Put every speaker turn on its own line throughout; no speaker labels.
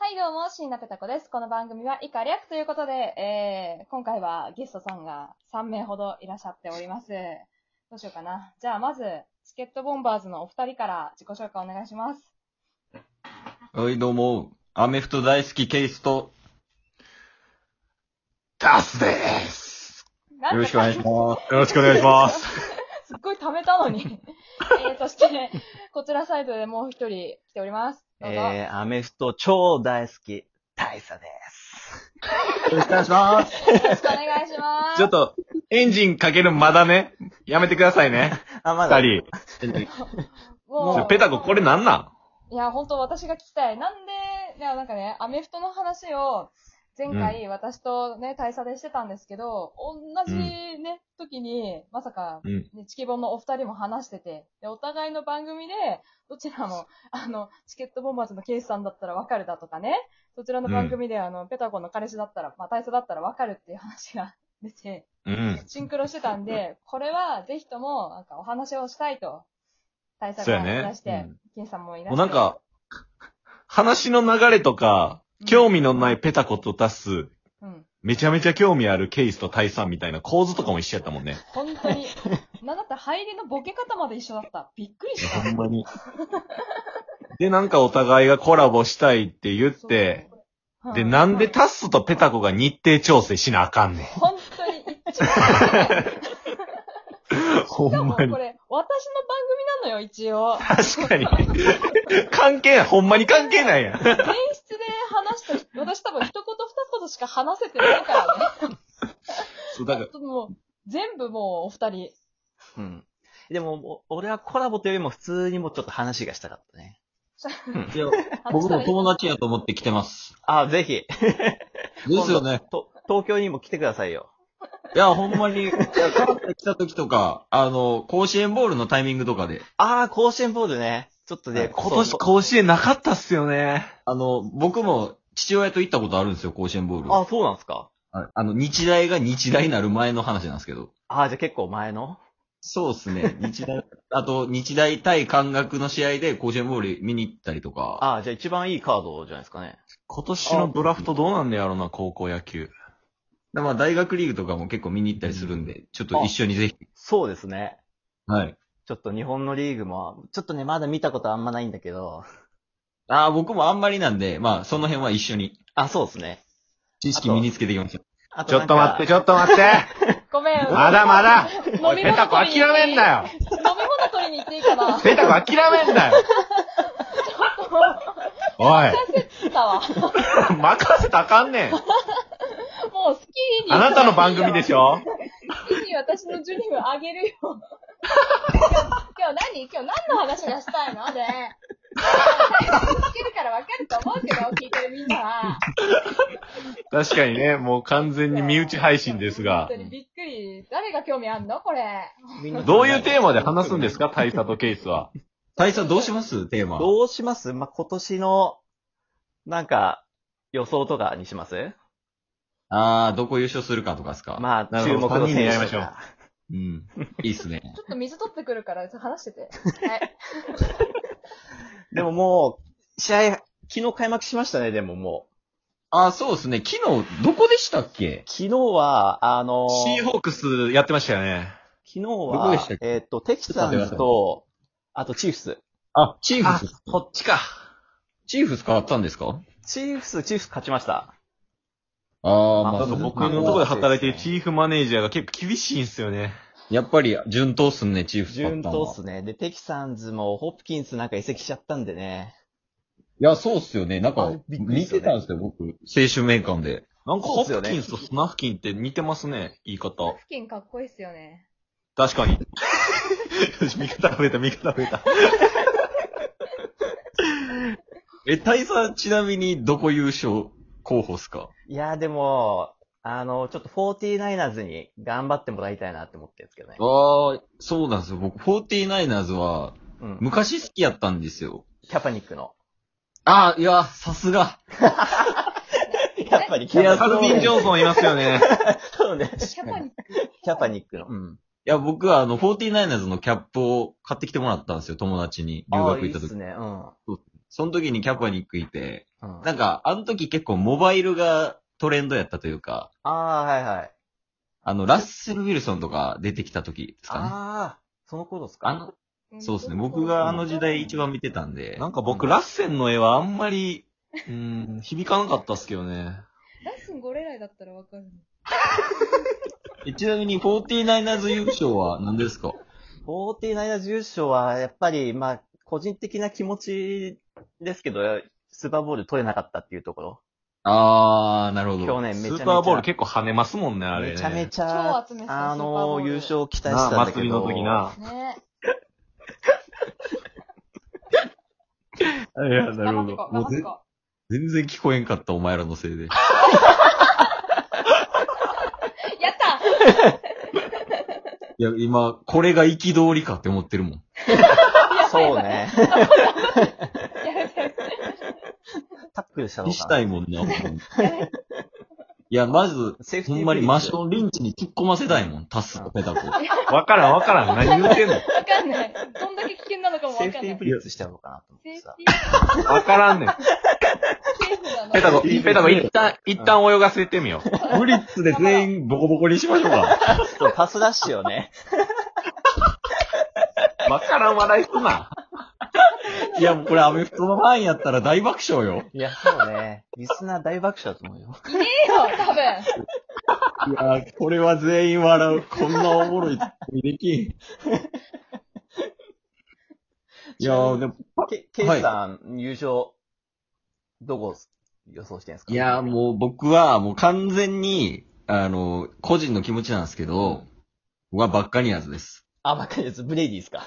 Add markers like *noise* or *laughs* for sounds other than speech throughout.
内容も椎名ペタ子です。この番組は以下略ということで、えー、今回はゲストさんが3名ほどいらっしゃっております。どうしようかな。じゃあまず、チケットボンバーズのお二人から自己紹介お願いします。
はい、どうも。アメフト大好きケイスと、タスです。
よ
よろしくお願いします。
よろしくお願いします。
すっごい溜めたのに。えー、そして、こちらサイドでもう一人来ております。どうぞ。
えー、アメフト超大好き、大佐です。
よろしくお願いします。
よろしくお願いします。
ちょっと、エンジンかける間だね。やめてくださいね。
あ、まだ。
二人。
も
ちょペタコ、これなんなん
いや、本当私が聞きたい。なんで、いや、なんかね、アメフトの話を、前回私とね、大佐でしてたんですけど、同じね、時に、まさか、
うん
ね、チキボンのお二人も話してて、で、お互いの番組で、どちらも、 *laughs* あの、チケットボンバーズのケイスさんだったらわかるだとかね、そちらの番組で、あの、ペタコの彼氏だったら、まあ、大佐だったらわかるっていう話が出て、
うん。
シンクロしてたんで、これはぜひとも、なんかお話をしたいと、大佐
そうや
が
ね
いらして、
うん
ケイスさんもいら
も
し
う
て。
なんか、話の流れとか、興味のないペタコとタス、
うん。
めちゃめちゃ興味あるケイスとタイさんみたいな構図とかも一緒やったもんね。
本当に。なんだったら入りのボケ方まで一緒だった。びっくりした。
ほんまに。で、なんかお互いがコラボしたいって言って、
そう、
で、
う
なんでタスとペタコが日程調整しなあかんねん。
本当に一番。
*laughs* ほ
しか
ん
も
まに
こ。れ、私の番組なのよ、一応。
確かに。 *laughs* 関係ない。ほんまに関係ないやん。
前室で話した、私多分一言二言しか話せてないからね。
そう、だから、
もう、全部もうお二人。
*laughs* うん。でも、お俺はコラボというよりも普通にもうちょっと話がしたかったね。
いや僕も友達やと思って来てます。
あ、ぜひ。
ですよね。
と東京にも来てくださいよ。
いや、ほんまに、いや、関西来た時とか、あの、甲子園ボールのタイミングとかで、
あー、甲子園ボールね。ちょっと
は
ね
い、
今年
そう
甲子園なかったっすよね。
あの、僕も父親と行ったことあるんですよ、甲子園ボール。
あ、そうなんですか
ああの、日大が日大になる前の話なんですけど。
あー、じゃあ結構前の
そうですね。日大、あと、日大対関学の試合で甲子園ボール見に行ったりとか。
あー、じゃあ一番いいカードじゃないですかね。
今年のドラフトどうなんねやろな、高校野球。
でまあ、大学リーグとかも結構見に行ったりするんで、ちょっと一緒にぜひ。
そうですね。
はい。
ちょっと日本のリーグも、ちょっとね、まだ見たことあんまないんだけど。
ああ、僕もあんまりなんで、まあ、その辺は一緒に
あ、そうですね。
知識身につけていきましょ
あ
ちょっと待って、
ょ
ちょっと待って
ごめん。
まだまだ
飲み
おい、ペタコ諦めんな
よ。
よ
飲み物取りに行っていい
*laughs*
かな。
ペタコ諦めんなよおい、
たわ。も
任せたらあかん
*laughs*
ねん
う好きに。
あなたの番組でしょ
次に私のジュニムあげる *laughs* よ。今日何今日何の話がしたいので。聞けるからわかると思うけど、聞いてるみんなは。
確かにね、もう完全に身内配信ですが
本当、にびっくり。誰が興味あんのこれ。
どういうテーマで話すんです
か
か大佐とケイスは。
う。大佐どうしますテーマ。
どうしますまあ、今年の、なんか、予想とかにします
ああ、どこ優勝するかとかですか。
まあ、
なる
注
ほど
目の選手とか
三人でやりましょう
うん。いいっすね。
ちょっと水取ってくるから、話してて。はい。
でももう、試合、昨日開幕しましたね、でももう。
ああ、そうですね。昨日、どこでしたっけ
昨日は、あのー
シーホークスやってましたよね。
昨日
どこで
は
したっ、け
えっ、と、テキサンズ
ちょ
と、あとチーフス。
あ、チー
あ
フス。、
こっちか。
チーフス変わったんですか
チーフス、チーフス勝ちました。
ああ、ま
あ
あ、
と僕
そ
の
う
ところで働いてるチーフマネージャーが結構厳しいんすよね。
やっぱり、順当っすね、チーフス買
順
ったのは
当っすね。で、テキサンズもホプキンスなんか移籍しちゃったんでね。
いや、そうっすよね。なん
あ
か
れ、びっくりっ
似
すよね
てたんですよ、僕。青春名鑑で。
なんか、
そう
ホ
っすよ
プ
ね
キンスとスナフキンって似てますね、言い方。
付近かっこいいっすよね。
確かに。よ *laughs* し、味方増えた、味方増えた。
え、大佐、ちなみに、どこ優勝候補っすか
いやーでも、あの、ちょっと 49ers に頑張ってもらいたいなって思ってるんですけどね。
ああ、そうなんですよ。僕、49ers は、
うん。
昔好きやったんですよ。
キャパニックの。
ああ、いや、さすが。
*laughs* やっぱりキ
い
ャ
や
パニ
カ
ッ
ル
ク。
ビン・ジョンソンいますよね。
そうね。
キャパに。
キャパニックの。うん。
いや、僕は、あの、49ers のキャップを買ってきてもらったんですよ、友達に。留学行った
あーいいっ
時。
すね。うん。
その時にキャパニックいて、
うん
なんか、あの時結構モバイルがトレンドやったというか、
ああ、はいはい。
あの、ラッセル・ウィルソンとか出てきた時ですかね。
ああ、その頃ですか
あの、
うん
そうですね。僕があの時代一番見てたんで。
*laughs* なんか僕、ラッセンの絵はあんまり、うん、響かなかったっすけどね。
ラッスン5例来だったらわかる。
えちなみに、49ers 優勝は何ですか
49ers 優勝は、やっぱり、まあ、個人的な気持ちですけど、スーパーボール取れなかったっていうところ。
あー、なるほど。
去年めち
ス
ゃめちゃ。
ーパーボール結構跳ねますもんね、あれ、ね。
めちゃめ
ち
ちゃ
超、集めてた
あ
スーパーボー
のー、
ル
優勝を期待
な
し
あ
たんだけど。
祭りの時な。
ね
いや、な
頑張ってこう、頑張ってこう。
全然聞こえんかった、お前らのせいで。
やった
いや、今、これが憤りかって思ってるもん。
そうね。
やめてやめて
タックルした
*laughs*
の
に
か
した
な。
いもんな、ほんまにいや、まず、
セーフテ
ほ
ィー
んまにマシ
ン。
ョンリンチに突っ込ませたいもん、タスとペタコ。
ゃ。わからんわからん。何言うてんの
わかんない。どんだけ危険なのかもわか
セー
んない。
フティーブリッツしちゃうのかなと思っ
セー
て
フ
さ。
ティー
わからんねん。
セーフなの。
ペタコ、ペタコ、一旦、一旦泳がせてみよう。
ブリッツで全員ボコボコにしましょうか。
そう、パスダッシュをね。
わからん笑いすな。
いや、もうこれアメフトのファンやったら大爆笑よ。
いや、そうね。リスナー大爆笑だと思うよ。
いねえよ、多分。
いや、これは全員笑う。こんなおもろいツッコミできん。
*laughs*
いや、でも、
ケケイさん、優勝、どこ予想してんすか
いや、もう僕はもう完全に、あの、個人の気持ちなんですけど、僕はバッカニアーズです。
あ、ばっかりです。ブレイディですか。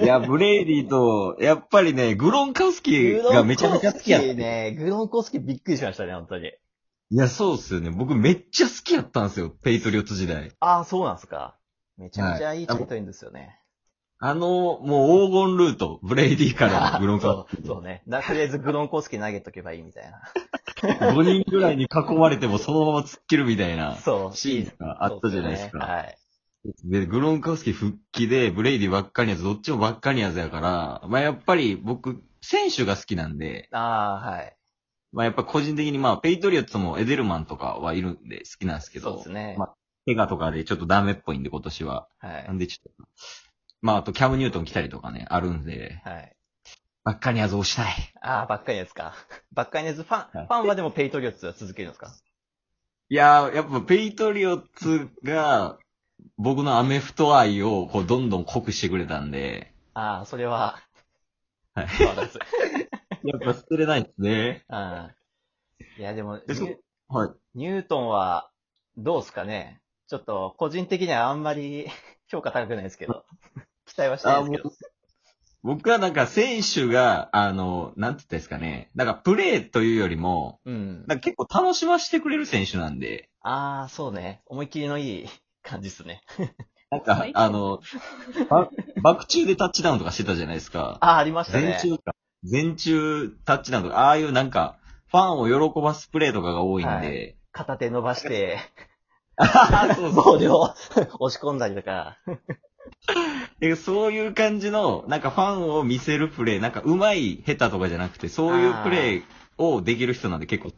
い
*laughs*
や、ブレイディと、やっぱりね、グロンカウスキーがめちゃめちゃ好きやった。
グロンコウスキー
い
ね。グロンコウスキーびっくりしましたね、本当に。
や、そうっすよね。僕めっちゃ好きやったんですよ。ペイトリオッツ時代。
ああ、そうなんすか。めちゃめちゃいいチャイトリンですよね。
あの、もう黄金ルート。ブレイディから
*laughs*
のグロンカウスキー
そうそうね。なとりあえずグロンコウスキー投げとけばいいみたいな。
5人ぐらいに囲まれてもそのまま突っ切るみたいな
そう。
シーンがあったじゃないですか。
はい。
で、グロンカウスキ復帰で、ブレイディばっかりやつ、どっちもばっかりやつやから、まあやっぱり僕、選手が好きなんで、
ああ、はい。
まあやっぱ個人的にまあ、ペイトリオッツもエデルマンとかはいるんで好きなんですけ
そうで
ど
す、ね。
ま怪我とかでちょっとダメっぽいんで今年は。
は。
ないんでちょっと、まああとキャム・ニュートン来たりとかね、あるんで、
はい。
ばっかりやつをしたい。
ああ、ばっかりですか。ばっかりです。ファン、
はい
ファンはでもペイトリオッツは続けるんですか
いやー、やっぱペイトリオッツが、僕のアメフト愛をこうどんどん濃くしてくれたんで、
ああ、それは、
はい
変わらず。
*laughs* やっぱ捨てれないですね。
うん。いや、でも、
え
ニ
そう
ュ
はい。
ニュートンは、どうですかねちょっと、個人的にはあんまり評価高くないですけど、期待はしてないですけど。
僕はなんか選手が、あの、なんて言ったらいいですかね、なんかプレーというよりも、
うん。
なんか結構楽しませてくれる選手なんで、
ああ、そうね。思い切りのいい感じですね。
なんか
最、高
あの、ババク中でタッチダウンとかしてたじゃないですか。
ああ、ありました
全
ね。
中か。全中タッチダウンとか、ああいうなんか、ファンを喜ばすプレーとかが多いんで、
は片手伸ばして、
あそうそう
ボールを *laughs* 押し込んだりとか。
でそういう感じの、なんかファンを見せるプレー、なんか上手い下手とかじゃなくて、そういうプレーをできる人なんで結構、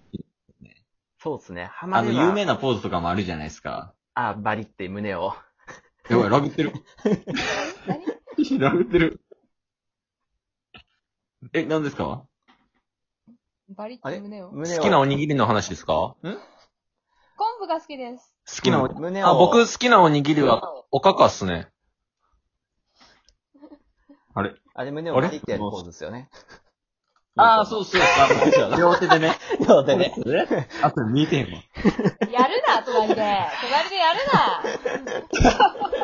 そうですね。ハ
あ
マ
の、
れ
有名
ば、
なポーズとかもあるじゃないですか。
ああ、バリって胸を。
やばい、ラグってる。
何
ラグってる。え、何ですか
バリっ
あ
て
れ
胸を。昆
胸を。
好きなおにぎりの話ですか好
布が好きです。
きなお、
胸を。
あ、僕好きなおにぎりは、おかかっすね。
あれ胸を
あれ
バリってやるポーズですよね。
ああ、そうそうそう。両手でね。
両手で。
*laughs* あと見えてへんわ。
やるな、隣で。隣でやるな。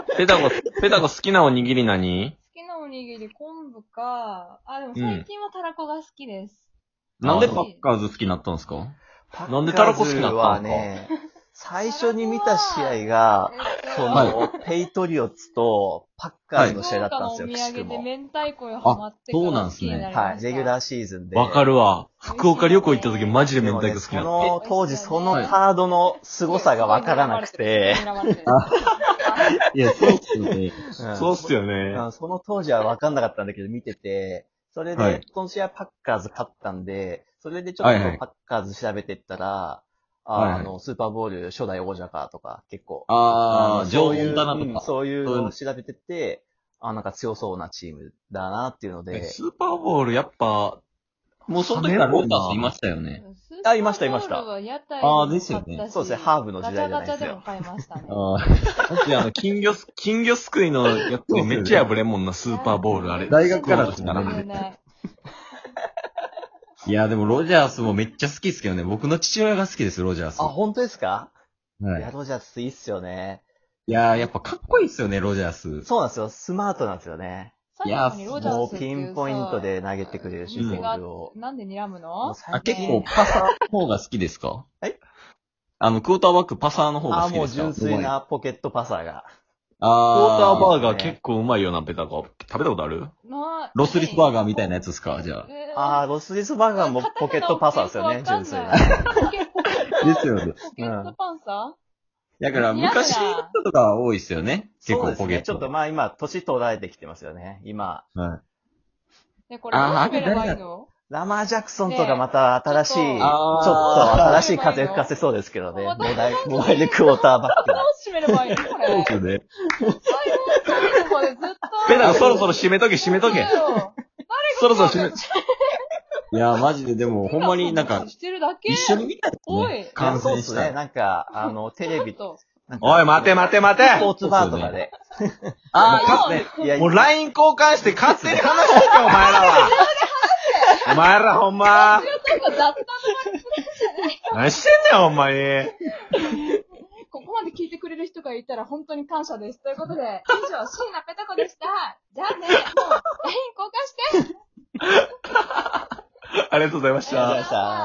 好
ペタコ、ペタコ好きなおにぎり何
きなおにぎり、昆布か。あ、でも最近はたらこが好きです。
なんでパッカーズ好きになったんですかなんでタラコ好きになったの
パッカーズはね、最初に見た試合が、その、
はい
ペイトリオッツとパッカーズの試合だったんですよ、
福
く
岡
し
の
く
お土
も
産。で明太子にハマって
あそうなんすね
はい、レギュラ
ー。
ーシーズンで。
わかるわ。福岡旅行行った時マジで
で
明
も
太
ね
子好
そ
きなの。
の当時そのカードの凄さがわからなくて、
すごい狙われてる。
あいや、そうっすよね。
うん
そうっすよね。
うんその当時は分かんなかったんだけど、見てて、それ
は
で
い、
今週はパッカーズ勝ったんで、それでちょっ
はいはい
とパッカーズ調べてったら、あ
はいはい
あの、スーパーボール初代王者かとか、結構。
ああ、
そ
情
ういう
報だなと
うん
か。
そういう
そういう
の
の
を調べてて、あ、なんか強そうなチームだなっていうので、
スーパーボールやっぱ、
もうその時からロータスいましたよね。
あいましたいました
スーパーボールは屋台
あーですよね
買ったし
そうですねハーブの時代じゃないですよ
ガチャガチャでも買いましたね。
あ
だってあの、金魚す、金魚すくいのやつめっちゃ破れんもんな、スーパーボールあれ。
大学から
で
ですす
か
からら
売
ね
れ
ね。
ない
あ。いや、でもロジャースもめっちゃ好きですけどね。僕の父親が好きです、ロジャース。
あ、本当ですか、
はい
い、や、ロジャースいいっすよね。
いやー、やっぱかっこいいっすよね、ロジャース。
そうなんですよ。スマートなんですよね。
最後にロジャ
も
ース
う
って
ピ
いうさ
ンポイントで投げてくれるし、
うん
ボールを。
なんで睨む
も
の
う
あ、
最
結
近
構パサーの方が好きですか
はい
あの、クォーターバックパサーの方が
あ、
好きで
もう
すか
純粋。なポケットパサーが。
ウォータ
あ
ー
ー、
バーガー結構うまいよな、ペタコ。食べたことある
まあ
ロスリスバーガーみたいなやつですかじゃあ。
えー
あー、ロスリスバーガーもポケットパサーですよね、
片
純
手
粋
の
な。
ポケット
ですよね
ポケットパンサ
だから、昔の人とかは多いっすよね。結
そう
構
です
ポケッ
ね。
ト。
ちょっとまあ今、年取られてきてますよね。今、
はい。
ーね、これ、
あー
どうすればいいの
ラマー・ジャクソンとかまた新しい、ち
ねえ
ょ
ちょ
っ
っと
あー
と新しい風吹かせそうですけどね。
あ
モ
ー
バイル、モバイルクォーターバック
どう
が。
締めればいいのこれ。最
そうっすよね。
後までずっと。
ペタコそろそろ締めとけ、締めとけ。そろそろ締め、 *laughs*
いやー、マジで、でも、ほんまになんか、
してるだけ
一緒に見たいです
おい
ね。完
そう
成
で
し
す
た
ね。
ら。
なんか、あの、テレビ、
ちょっと
なんか
おい、待て待て待
スポ
て
ーツバーとかで。
あー、
そう
か
ね
つて、
いや
*laughs* もう LINE 交換して勝手に話してけ、お前らは。お前らほんま。
なんか雑談の
何してんねん、ほんまに。
ここまで聞いてくれる人がいたら本当に感謝です。ということで、以上、椎名ペタ子でした。じゃあね、もう、LINE 交換して
ありがとうございまし
ありがとうござ
た
い。ました。